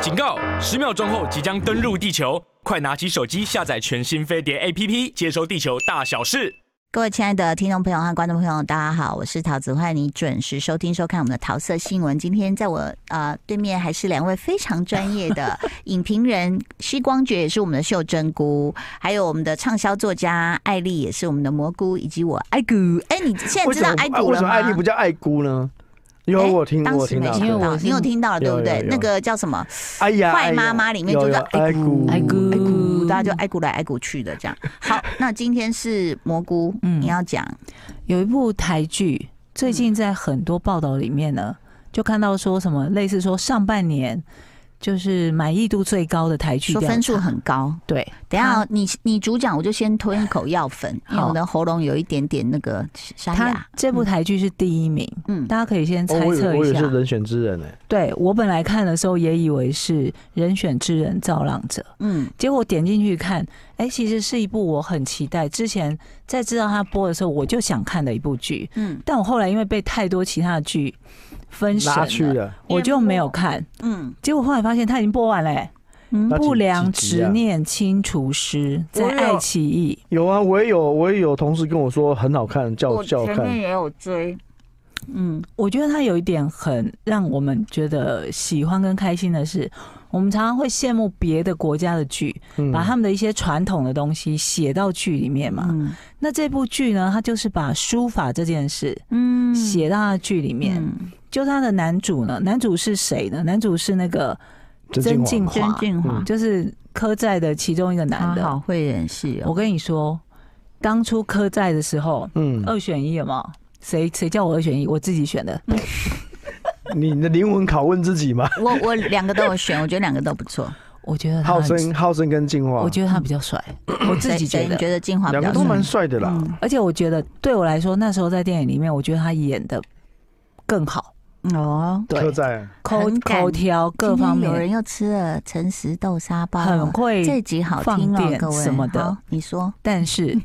警告！十秒钟后即将登陆地球，快拿起手机下载全新飞碟 APP，接收地球大小事。各位亲爱的听众朋友和观众朋友，大家好，我是桃子，欢迎你准时收听收看我们的桃色新闻。今天在我呃对面还是两位非常专业的影评人，西光觉也是我们的秀珍菇，还有我们的畅销作家艾丽也是我们的蘑菇，以及我艾谷。哎，你现在为知什道么艾啊谷为了什么吗？艾丽不叫艾姑呢？有哎我听，当我时听没到听过。因为到，我是你有听到了对不有对有？有那个叫什么《哎呀，坏哎呀妈妈》里面就有叫有艾艾谷姑，艾姑艾谷，大家就艾谷来艾谷去的这样。好，那今天是蘑菇，嗯你要讲有一部台剧，最近在很多报道里面呢，嗯就看到说什么类似说上半年就是满意度最高的台剧说调查，分数很高。对，等一下他哦，你你主讲，我就先吞一口药粉，因为好我的喉咙有一点点那个沙他哑。这部台剧是第一名，嗯，大家可以先猜哦，我以测为我以一为下。是人选之人呢。欸对我本来看的时候也以为是《人选之人造浪者》，嗯结果点进去看，哎、其实是一部我很期待，之前在知道它播的时候我就想看的一部剧，嗯但我后来因为被太多其他的剧分神拉去啊了了，我就没有看。嗯结果后来发现它已经播完了、欸嗯那，不几良几集执啊念清除师》在我有爱奇艺，有啊，我也有，我也有同事跟我说很好看，叫我叫我看。也有追，嗯我觉得它有一点很让我们觉得喜欢跟开心的是，我们常常会羡慕别的国家的剧，嗯把他们的一些传统的东西写到剧里面嘛。嗯那这部剧呢，它就是把书法这件事嗯写到它的剧里面。嗯就它的男主呢，男主是谁呢？男主是那个曾敬敬华华，曾俊华嗯，就是科寨的其中一个男他的。好会演戏我哦，跟你说，当初科在的时候，嗯，二选一有没有？谁谁叫我二选一？我自己选的。你的灵魂拷问自己嘛？我我两个都有选，我觉得两个都不错。我觉得他浩很，生，浩生跟进化，我觉得他比较帅，我 自谁己觉谁你得。觉得金华比两较个都帅蛮帅的啦。嗯而且我觉得对我来说，那时候在电影里面，我觉得他演的更好，哦，对车，在口很敢口条嗯各方今天有人面又吃了诚实豆沙包很哦，会。这集好听放哦，电各位什么的好你说 但是，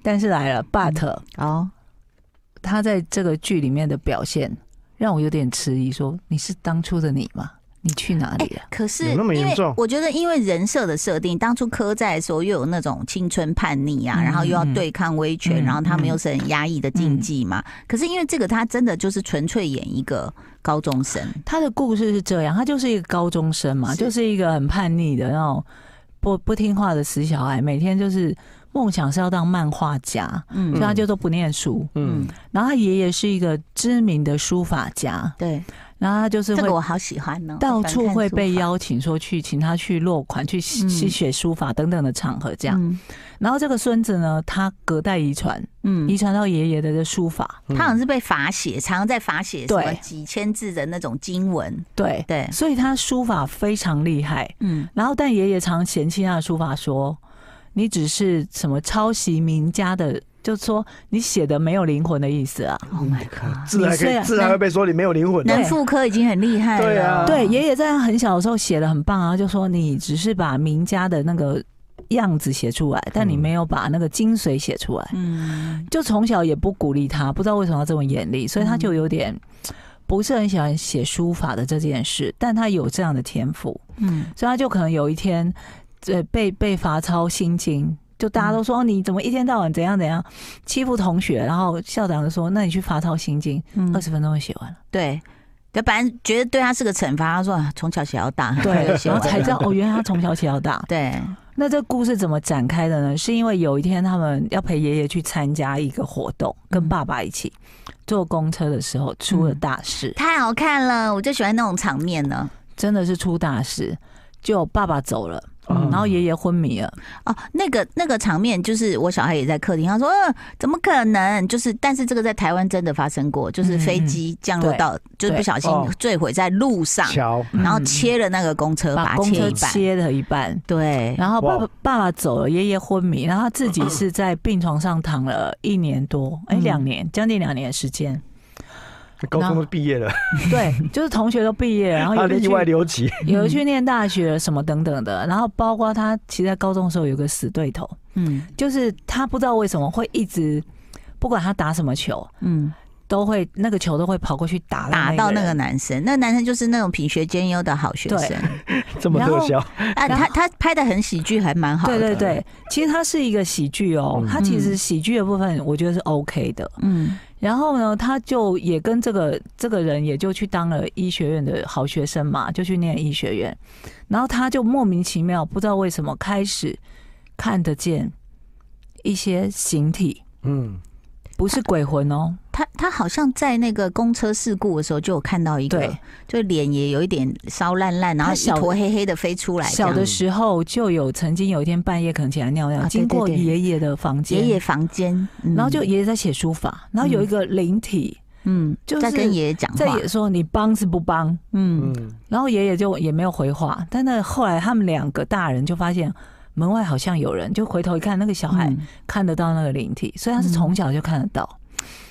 但是来嗯了，but 哦，他在这个剧里面的表现让我有点迟疑，说你是当初的你吗？你去哪里了？哎可是有那因么严为重我觉得，因为人设的设定，当初科在的时候又有那种青春叛逆啊，嗯然后又要对抗威权，嗯然后他们又是很压抑的禁忌嘛。可是因为这个，他真的就是纯粹演一个高中生，他的故事是这样，他就是一个高中生嘛，是就是一个很叛逆的那种不不听话的死小孩，每天就是梦想是要当漫画家，嗯所以他就都不念书。嗯嗯，，然后他爷爷是一个知名的书法家，对，然后他就是这会个我好喜欢哦呢，到处会被邀邀请说去请他去落款、去嗯去写书法等等的场合这样。嗯然后这个孙子呢，他隔代遗传，遗嗯，传到爷爷的这书法，他好像是被罚写，常常在罚写什对么几千字的那种经文，对，对，所以他书法非常厉害。嗯然后，但爷爷常嫌弃他的书法说：“你只是什么抄袭名家的，就说你写的没有灵魂的意思啊。 ，Oh my god，自然可你虽以，然自然会被说你没有灵魂。啊能复刻已经很厉害了，对啊对，爷爷在他很小的时候写的很棒啊，就说你只是把名家的那个样子写出来，但你嗯没有把那个精髓写出来。嗯就从小也不鼓励他，不知道为什么要这么严厉，所以他就有点不是很喜欢写书法的这件事，但他有这样的天赋。嗯。所以他就可能有一天，呃，被被罚抄心经，就嗯大家都说、哦你怎么一天到晚怎样怎样欺负同学，然后校长就说那你去罚抄心经，嗯二十分钟就写完了，对，就反正觉得对他是个惩罚。他说啊从小写到大，很快对 就，写然后完才知道了哦，原来他从小写到大。对，那这故事怎么展开的呢？是因为有一天他们要陪爷爷去参加一个活动，嗯跟爸爸一起坐公车的时候出了大事，太好看了，我就喜欢那种场面呢。真的是出大事，就爸爸走了，嗯然后爷爷昏迷了，哦，那个那个场面就是我小孩也在客厅，他说、呃、怎么可能？就是但是这个在台湾真的发生过，嗯就是飞机降落到，就是不小心哦坠毁在路上，桥，然后切了那个公车，把嗯把它公切车一半。切了一半，对，然后爸爸哇爸爸走了，爷爷昏迷，然后他自己是在病床上躺了一年多，哎，嗯两年，将近两年的时间。高中都毕业了， 对，就是同学都毕业，然后他有的意外去嗯留级，有的去念大学什么等等的，然后包括他其实在高中的时候有个死对头，嗯就是他不知道为什么会一直，不管他打什么球，嗯，都会那个球都会跑过去打打到那个人男生，那男生就是那种品学兼优的好学生， 这么特效，啊，然他后他拍的很喜剧，还蛮好的，对对对，其实它是一个喜剧哦嗯，它其实喜剧的部分我觉得是 OK 的。嗯，然后呢，他就也跟这个这个人也就去当了医学院的好学生嘛，就去念医学院。然后他就莫名其妙，不知道为什么开始看得见一些形体，嗯，不是鬼魂哦，他他好像在那个公车事故的时候就有看到一个对，就脸也有一点烧烂烂，然后他一小坨黑黑的飞出来这小样，的时候就有曾经有一天半夜可能起来尿尿，啊对经过对对爷爷的房间，爷爷房间，嗯然后就爷爷在写书法，然后有一个灵体、嗯，就是在跟爷爷讲在话，也说你帮是不帮，嗯，嗯，然后爷爷就也没有回话，但那后来他们两个大人就发现门外好像有人，就回头一看，那个小孩嗯看得到那个灵体，所以他是从小就看得到，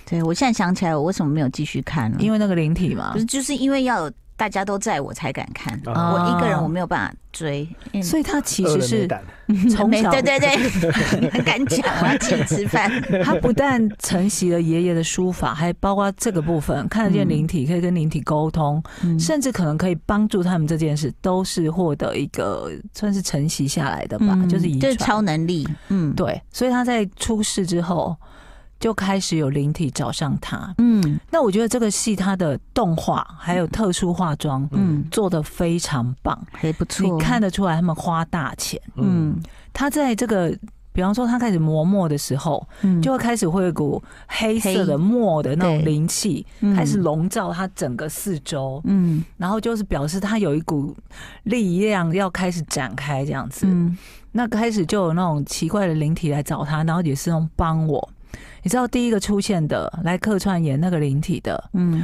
对我现在想起来，我为什么没有继续看了？因为为那个灵体嘛不，是嗯就是因为要有大家都在我才敢看，啊我一个人我没有办法追，嗯所以他其饿实了没是胆从没 小对对对， 很敢讲，我要请你吃饭。他不但承袭了爷爷的 书法，还包括这个部分看得见灵体，可以跟灵体沟通，嗯甚至可能可以帮助他们这件事，都是获得一个算是承袭下来的吧，嗯就是遗就是传。超能力，嗯，，对，所以他在出事之后，就开始有灵体找上他。嗯那我觉得这个戏它的动画还有特殊化妆嗯，做的非常棒，还不错，你看，得出来他们花大钱。嗯，嗯他在这个，比方说他开始磨墨的时候，嗯，就会开始会有一股黑色的墨的那种灵气嗯开始，笼罩它整个四周，嗯然后就是表示它有一股力量要开始展开这样子。嗯那开始就有那种奇怪的灵体来找他，然后也是那种帮我。你知道第一个出现的来客串演那个灵体的，嗯，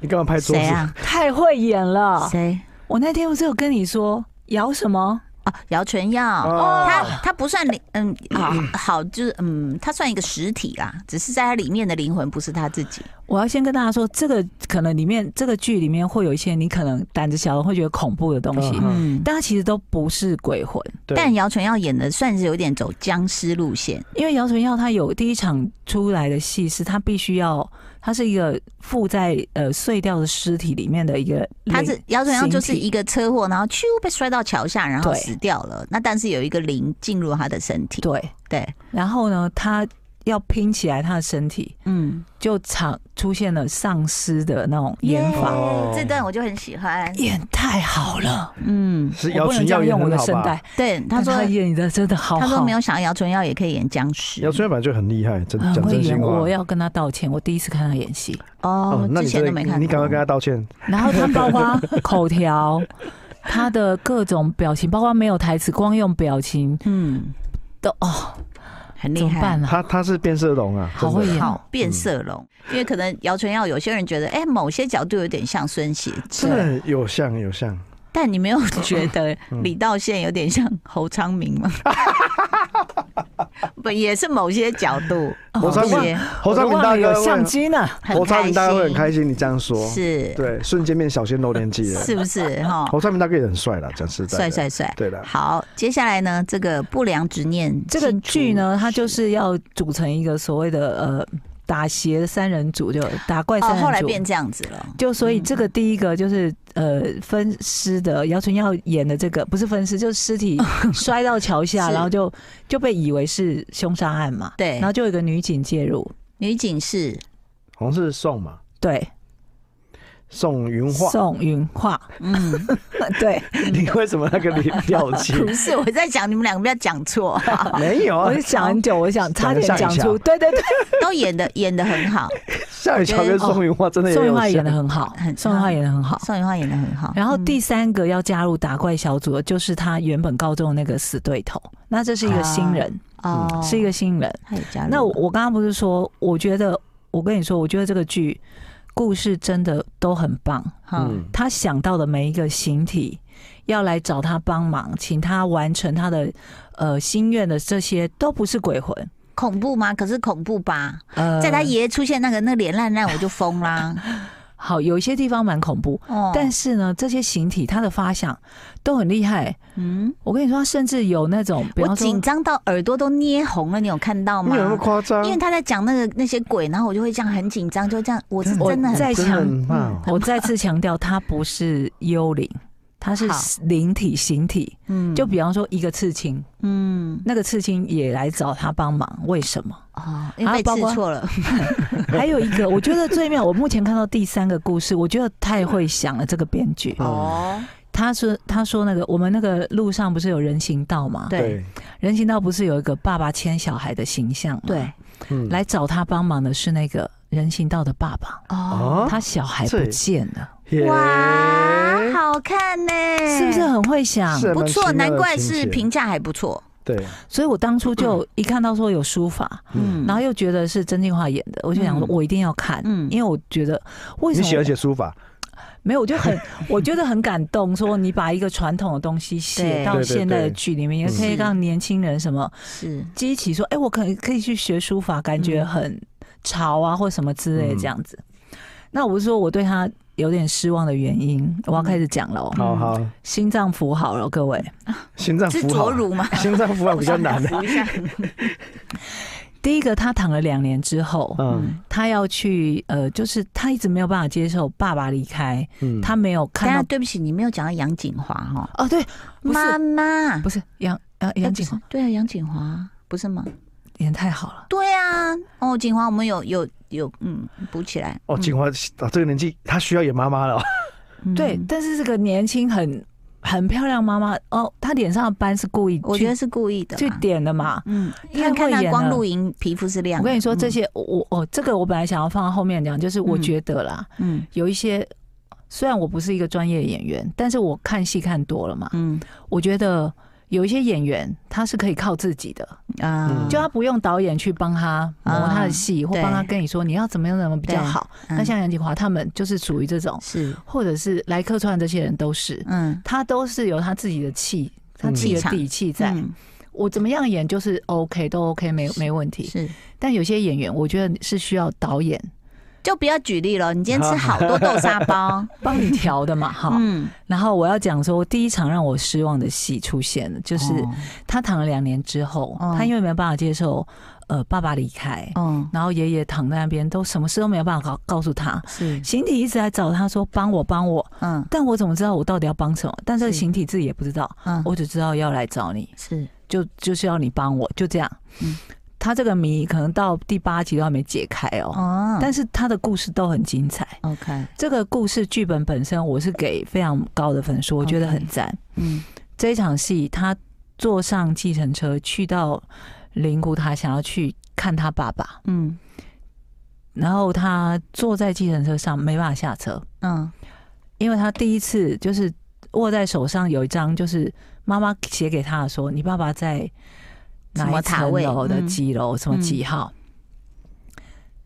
你干嘛拍桌谁子？啊？太会演了。谁？我那天不是有跟你说摇什么？哦，姚纯耀。哦他他不算灵，嗯，好好就是嗯，他算一个实体啦，只是在他里面的灵魂不是他自己。我要先跟大家说，这个可能里面这个剧里面会有一些你可能胆子小的会觉得恐怖的东西，嗯嗯，但它其实都不是鬼魂。对但姚纯耀演的算是有点走僵尸路线，因为姚纯耀他有第一场出来的戏是他必须要，他是一个附在呃碎掉的尸体里面的一个灵，他是姚纯耀就是形体一个车祸，然后咻被摔到桥下，然后对死掉了。那但是有一个灵进入他的身体，对，对，然后呢，他要拼起来他的身体，嗯，就场出现了丧尸的那种演耶法，哦这段我就很喜欢。演太好了，嗯，是我姚不能纯这耀样也用我很的好声吧？带，对，他但说他演的真的好好，他说没有想到姚纯耀也可以演僵尸。姚纯耀本来就很厉害，真很讲会真演，心话嗯我。要跟他道歉，我第一次看他演戏，哦，那之你前都真没看的，过。你赶快跟他道歉。然后他包括 口条。他的各种表情，包括没有台词，光用表情嗯，都哦，很厉怎么害。办啊？他他是变色龙啊，好真的会演好变色龙，因为可能姚纯耀有些人觉得，哎、某些角度有点像孙协真志，的有像有像，但你没有嗯觉得李道宪有点像侯昌明吗？不，也是某些角度， 侯昌某明些侯昌明大哥有会相机呢，很侯昌明大哥会很开心，心，你这样说，是对，瞬间变小鲜肉年纪了。是不是哈？侯昌明大哥也很帅了，讲实在帅的，帅帅。对了，好，接下来呢，这个不良执念这个清除哦剧呢，它就是要组成一个所谓的呃打邪三人组，就打怪哦，三人组。后来变嗯这样子了，就所以这个第一个就是呃分尸的姚纯耀演的这个不是分尸，就是 尸体摔到桥下，是然后就就被以为是凶杀案嘛。对然后就有一个女警介入，女警是 好像是宋嘛，对，宋云画。宋云画，嗯， 对， 你为什么那个脸表情？不是， 我在想你们两个不要讲错，没有我啊就，想很久，我想差点想讲一下出，对对对，都演的演的很好，夏雨乔跟宋云画真的也宋云有画演的像。很好很，宋云画演的很好。宋雨化演的很好。嗯然后第三个要加入打怪小组的就是他原本高中的那个死对头，那这是一个新人，嗯哦，哎是一个新人。他也加入了，那我我刚刚不是说，我觉得我跟你说，我觉得这个剧故事真的都很棒。嗯，他想到的每一个形体要来找他帮忙，请他完成他的呃心愿的这些都不是鬼魂。恐怖吗？可是恐怖吧，呃 在他爷爷出现那个那脸烂烂，我就疯啦。好，有一些地方蛮恐怖，哦但是呢，这些形体它的发想都很厉害。嗯，我跟你说，甚至有那种，比我方说紧张到耳朵都捏红了，你有看到你吗有？那么夸张因？为他在讲那个那些鬼，然后我就会这样很紧张，就这样，我是我哎真的很在真的强嗯很怕哦我再次强调，它不是幽灵，它是好灵体、形体。嗯就比方说，一个刺青，嗯那个刺青也来找他帮忙，为 什么？哦，因啊为被包刺括错了，还有一个，我觉得最妙，我目前看到第三个故事，我觉得太会想了。这个编剧，嗯哦，他说他说那个我们那个路上不是有人行道吗？对，人行道不是有一个爸爸牵小孩的形象吗？对，嗯，来找他帮忙的是那个人行道的爸爸，哦，啊，他小孩这不见了，耶哇，好看呢，是不是很会想？是不错？还蛮奇妙的难怪情是节评价还不错，对，所以我当初就一看到说有书法，嗯，然后又觉得是曾静华演的，我就想说嗯我一定要看，嗯因为我觉得为什你么喜欢写书法，没有，我就 很我觉得很感动，说你把一个传统的东西写对到对对现代的对剧里面，嗯也可以是让年轻人什么是激起说，哎、我可以可以去学书法，感觉嗯很潮啊，或什么之类嗯这样子。那我不是说我对他有点失望的原因，我要开始讲了哦。嗯嗯好好，心脏扶好了，各位。心脏是符卓，号如吗？ 心脏符号比较 难的，扶一下，第一个，他躺了两年之后，嗯嗯，他要去呃，就是他一直没有办法接受爸爸离开，嗯，他没有等一下看到。对不起，你没有讲到杨景华哦，哦，对，不是妈妈，不是杨杨哎杨不景是华对啊，杨景华不是吗？演太好了。对啊，哦，景华我们有有有嗯补起来哦，景华啊，这个年纪他需要演妈妈了哦，嗯对，但是这个年轻很很漂亮妈妈哦，她脸上的斑是故意去我觉得是故意的啦，去点的嘛。嗯，太看看会他演光了露营皮肤是亮啊我的。跟你说，嗯这，些我我这个我本来想要放到后面讲，就是我嗯觉得啦，嗯有一些虽然我不是一个专业演员，但是我看戏看多了嘛，嗯我觉得有一些演员他是可以靠自己的，啊，嗯嗯就他不用导演去帮他磨他的戏，或对帮他跟你说你要怎么样怎么比较好。那嗯像杨锦华他们就是属于这种，是或者是来客串这些人都是，嗯他都是有他自己的气，他嗯自己气的场底气在。嗯我怎么样演就是 OK，都 OK，没没问题。是，但有些演员，我觉得是需要导演就不要举例了。你今天吃好多豆沙 包，帮你调 的嘛，哈。嗯，然后我要讲说，第一场让我失望的戏出现了，就是哦他躺了两年之后，哦他因为没有办法接受，呃，爸爸离开，哦然后爷爷躺在那边，都什么事都没有办法告告诉他。是形体一直在找他说帮我帮我，嗯但我怎么知道我到底要帮什么？但这个是形体自己也不知道，嗯我只知道要来找你。是就就是要你帮我，就这样。嗯他这个谜可能到第八集都还没解开哦，哦，但是他的故事都很精彩。 OK 这个故事剧本本身我是给非常高的分数，我觉得 OK 很赞。嗯这一场戏，他坐上计程车去到灵谷塔，想要去看他爸爸，嗯然后他坐在计程车上没办法下车，嗯因为他第一次就是握在手上有一张，就是妈妈写给他的说，你爸爸在什哪么一塔层位楼的嗯几楼，什么几号。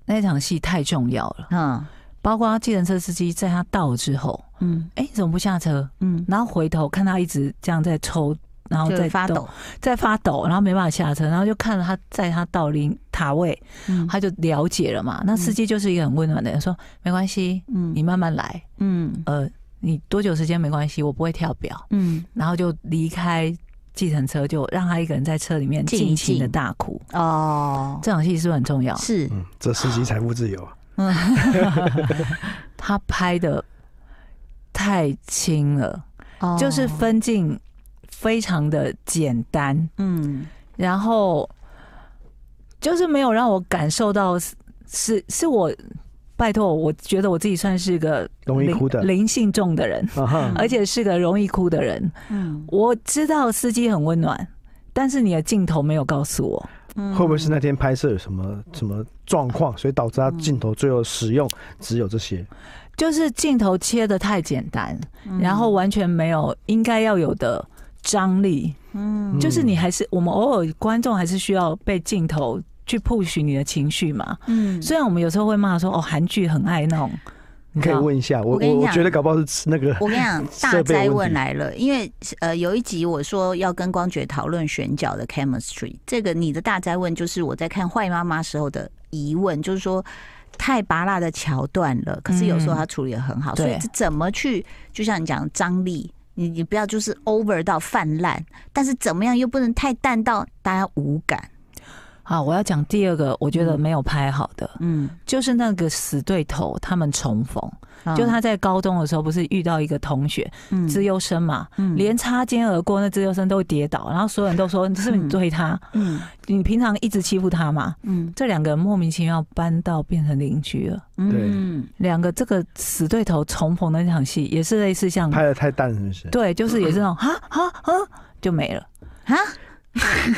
那一场戏太重要了，嗯包括计程车司机在他到了之后，嗯哎、你怎么不下车？嗯，然后回头看他一直这样在抽，然后就在发抖，，在发抖，然后没办法下车，然后就看了他在他到临塔位，嗯他就了解了嘛。那司机就是一个很温暖的人，说没关系，嗯你慢慢来，嗯呃，你多久时间没关系，我不会跳表，嗯然后就离开计程车，就让他一个人在车里面静一尽情的静大哭。哦，嗯这场戏是不是很重要？是嗯，这司机财富自由，他拍的太轻了，哦就是分镜非常的简单，嗯然后就是没有让我感受到是是是我。拜托，我觉得我自己算是个容易灵哭的灵性重的人，啊哈，而且是个容易哭的人。嗯我知道司机很温暖，但是你的镜头没有告诉我。嗯会不会是那天拍摄有什么什么状况，所以导致嗯他镜头最后使用只有这些？就是镜头切的太简单，嗯然后完全没有应该要有的张力。嗯就是你还是我们偶尔观众还是需要被镜头去 push 你的情绪嘛。嗯虽然我们有时候会骂说哦韩剧很爱那种，你可知以道问一下，我我跟你我我讲嗯觉得搞不好是那个我跟你讲，大设备灾问问题来了，因为呃有一集我说要跟光觉讨论选角的 chemistry，这个你的大灾问就是我在看《坏妈妈》时候的疑问，就是说太拔辣的桥段了，可是有时候嗯他处理的很好，所以对这怎么去，就像你讲张力，你你不要就是 over 到泛滥，但是怎么样又不能太淡到大家无感，好，我要讲第二个，我觉得嗯没有拍好的，嗯，就是那个死对头，他们重逢，就他在高中的时候，不是遇到一个同学嗯资优生嘛，嗯连擦肩而过，那资优生都会跌倒，然后所有人都说是不是你对他，嗯你平常一直欺负他嘛，嗯这两个人莫名其妙搬到变成邻居了。嗯两个这个死对头重逢的那场戏，也是类似像拍的嗯太淡，是不是？对，就是也是那种哈哈哈就没了。啊，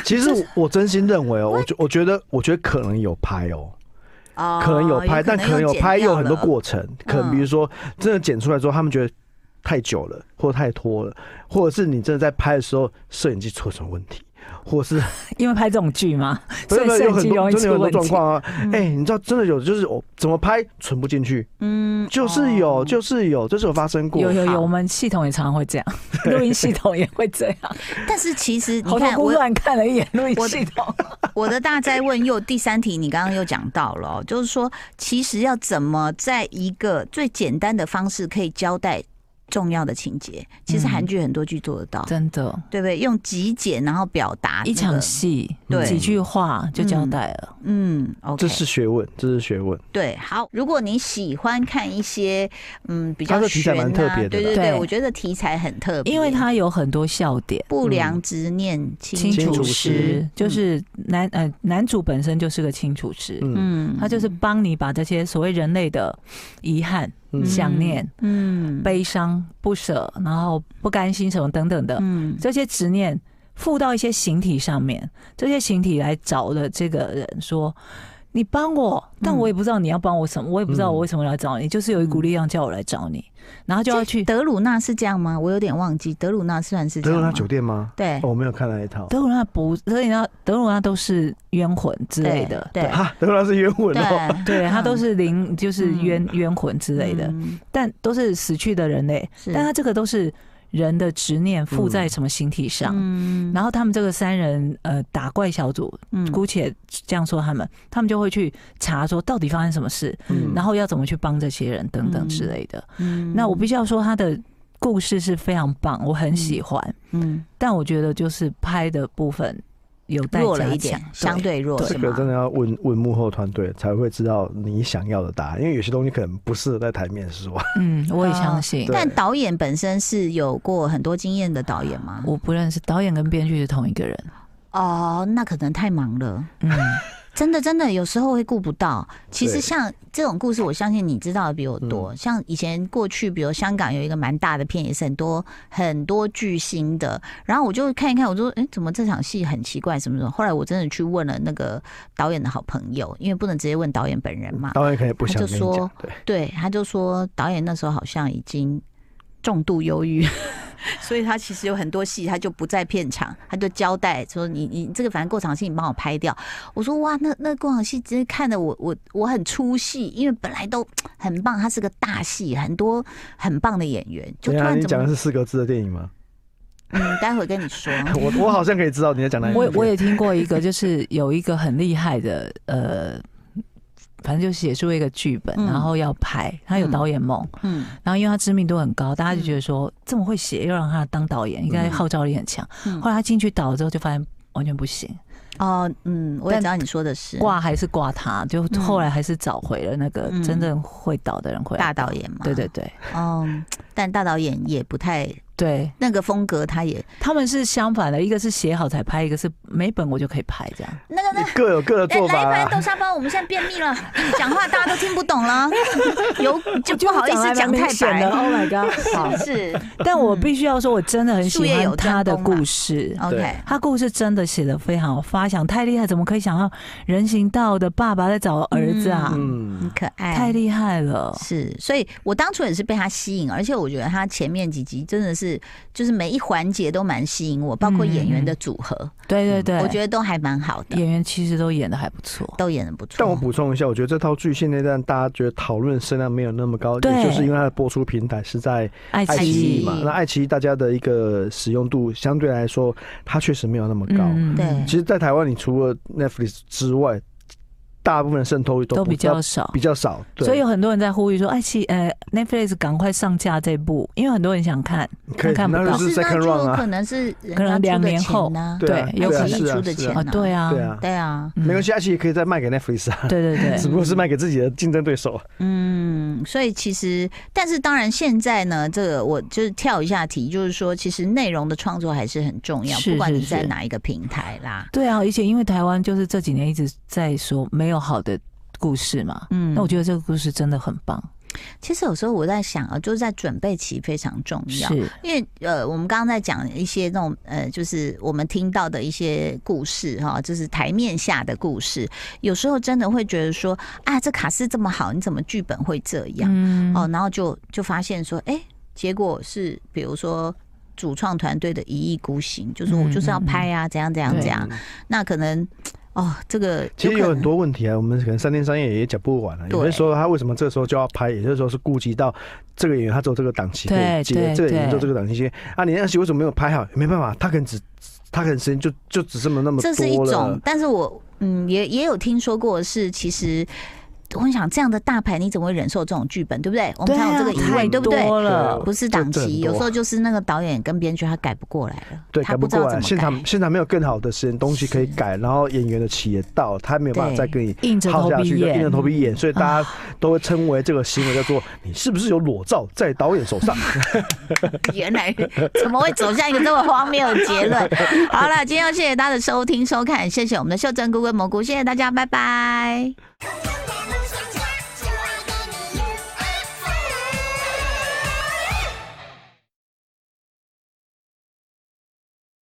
其实我我真心认为哦，我觉我觉得我觉得可能有拍哦，哦可能有拍，但可能有拍又有很多过程，可嗯能比如说真的剪出来之后，他们觉得太久了，或太拖了，或者是你真的在拍的时候摄影机出了什么问题，或者 是因为拍这种剧嘛，不是所以不是摄有影机很容多真的有很多易出问状题。嗯况啊！哎，你知道真的有就是我怎么拍存不进去，嗯就是有就是有，这是有发生过哦有。有好有，我们系统也常常会这样，录音系统也会这样。但是其实 你好头看菇我乱看了一眼录音我系统，我的大灾问又第三题，你刚刚又讲到了哦、就是说，其实要怎么在一个最简单的方式可以交代重要的情节，其实韩剧很多剧做得到，真的，对不对？用极简然后表达、一场，戏对几句话就交代了。嗯，OK，这是学问，这是学问。对。好，如果你喜欢看一些嗯比较它这题材悬啊，蛮特别的对啦对对，对我觉得题材很特别，因为它有很多笑点，不良执念清清楚楚楚师师嗯就是男呃男主本身就是个清楚师，嗯嗯他就是帮你把这些所谓人类的遗憾、嗯想念、嗯悲伤、不舍，然后不甘心什么等等的嗯这些执念，附到一些形体上面，这些形体来找了这个人说。你帮我，但嗯我也不知道你要帮我什么，我也不知道嗯我为什么要来找你，就是有一股力量叫我来找你，然后就要去德鲁纳是这样吗？我有点忘记，德鲁纳算是这德样鲁吗纳酒店吗？对哦，我没有看那一套。德鲁纳不，德鲁纳德鲁纳都是冤魂之类的，对哈，德鲁纳是冤魂哦。 对对，他嗯都是灵，就是嗯冤冤魂 之类的，嗯但都是死去的人类，是但他这个都是人的执念附在什么形体上。嗯然后他们这个三人呃打怪小组，嗯姑且这样说他们，他们就会去查说到底发生什么事，嗯然后要怎么去帮这些人等等之类的。嗯那我必须要说他的故事是非常棒，我很喜欢，嗯但我觉得就是拍的部分有待弱加了一强点，，相对弱这是个吗？嗯真的要问问幕后团队才会知道你想要的答案，因为有些东西可能不适合在台面说。嗯，我也相哦信。对但导演本身是有过很多经验的导演吗？我不认识导演跟编剧是同一个人。哦，那可能太忙了。嗯，真的，真的，有时候会顾不到。其实对像这种故事，我相信你知道的比我多。像以前过去，比如香港有一个蛮大的片，也是很多很多巨星的。然后我就看一看，我说，哎、怎么这场戏很奇怪，什么什么。后来我真的去问了那个导演的好朋友，因为不能直接问导演本人嘛。导演可能也不想啊他跟就你说讲，对，对，他就说导演那时候好像已经重度忧郁， 所以他其实有很多戏他就不在片场，他就交代说你你这个反正过场戏你帮我拍掉。我说哇，那那过场戏真的看得我我我很出戏，因为本来都很棒，他是个大戏，很多很棒的演员，就等突一下啊然啊你怎讲的么是四个字的电影吗？嗯，待会跟你 说。我我好像可以知道你在讲哪一部我片。也我也听过一个，就是有一个很厉害的，呃，反正就写出一个剧本，嗯然后要拍，他有导演梦，嗯然后因为他知名度很高，大家就觉得说这么会写，又让他当导演，应该嗯号召力很强。嗯后来他进去导了之后，就发现完全不行，哦嗯，我也但知道你说的是挂还是挂他，就嗯后来还是找回了那个嗯真正会导的人回来。大导演嘛，对对对嗯，但大导演也不太对，那个风格，他也他们是相反的，一个是写好才拍，一个是没本我就可以拍这样。那个那个各有各的 来做来法啊一盘啦。豆沙包，我们现在便秘了， 讲话大家都听不懂 了，有 就不好意思讲太白了。Oh my god！ 是不是 但我必须要说，我真的很嗯喜术业有欢专他的攻啊嘛故事。 ？OK，他故事真的写的非常有发想，太厉害！怎么可以想到人行道的爸爸在找儿子啊？很嗯，可爱，太厉害了！是，所以我当初也是被他吸引，而且我觉得他前面几集真的是，就是每一环节都蛮吸引我，包括演员的组合，对嗯对嗯对，我觉得都还蛮好的，演员其实都演的还不错。都演的不但我错。补充一下，我觉得这套剧现阶段大家觉得讨论声量没有那么高，对也就是因为它的播出平台是在爱爱奇奇艺艺嘛。那爱奇艺大家的一个使用度相对来说，它确实没有那么高。嗯对其实，在台湾，你除了 Netflix 之外，大部分的渗透率都都不比较都少。比较少，对所以有很多人在呼吁说：“哎，其呃，Netflix 赶快上架这部，因为很多人想看。可以看不那到就可是是 second 那 round 就啊可，能是人可能家两出的年后钱呢，对啊对有有可几能亿出的是啊钱是啊呢，对啊，对啊，对啊，嗯没关系，下期也可以再卖给 Netflix 啊，对对 对只，不过是卖给自己的竞争对手。啊嗯，所以其实，但是当然，现在呢，这个我就是跳一下题，就是说，其实内容的创作还是很重要，是不管是你在是哪一个平台啦。对啊，而且因为台湾就是这几年一直在说没有好的故事嘛，嗯那我觉得这个故事真的很棒，其实有时候我在想啊，就是在准备期非常重要，是因为呃，我们刚刚在讲一些那种呃，就是我们听到的一些故事哈，就是台面下的故事，有时候真的会觉得说啊，这卡斯这么好，你怎么剧本会这样？嗯哦，然后就就发现说，哎、结果是比如说主创团队的一意孤行，就嗯说我就是要拍啊，怎样怎样对怎样，那可能哦，这个其实有可很能多问题啊，我们可能三天三夜也讲不完啊。有对些时候他为什么这时候就要拍，有些时候是顾及到这个演员他只有这个档期可以对接，对这个演员对做这个档期接啊，你那戏为什么没有拍好？没办法，他可能只他可能时间就就只剩那么这是一多种了，。但是我嗯也也有听说过是其实。我很想这样的大牌，你怎么会忍受这种剧本，对不对？我们对才有啊，这个疑太问，对不对？多了不是档这很期，多有时候就是那个导演跟编剧他改不过来了，对，他改不知过道来，怎现么改场。现场没有更好的时间东西可以是改，然后演员的期也到，他没有办法对再跟你硬着耗头下去，皮就硬着演。头皮演，所以大啊家都会称为这个行为叫做你是不是有裸照在导演手上？ 原来怎么会走向一个这么荒谬的结论？好了，今天要谢谢大家的收听收看，谢谢我们的秀珍菇跟蘑菇，谢谢大家，拜拜。 Are you